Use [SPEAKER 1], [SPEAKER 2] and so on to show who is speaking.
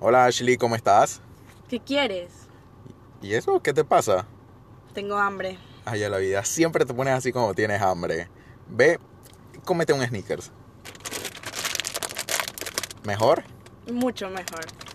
[SPEAKER 1] Hola Ashley, ¿cómo estás?
[SPEAKER 2] ¿Qué quieres?
[SPEAKER 1] ¿Y eso? ¿Qué te pasa?
[SPEAKER 2] Tengo hambre.
[SPEAKER 1] Ay, a la vida, siempre te pones así cuando tienes hambre. Ve, cómete un Snickers. ¿Mejor?
[SPEAKER 2] Mucho mejor.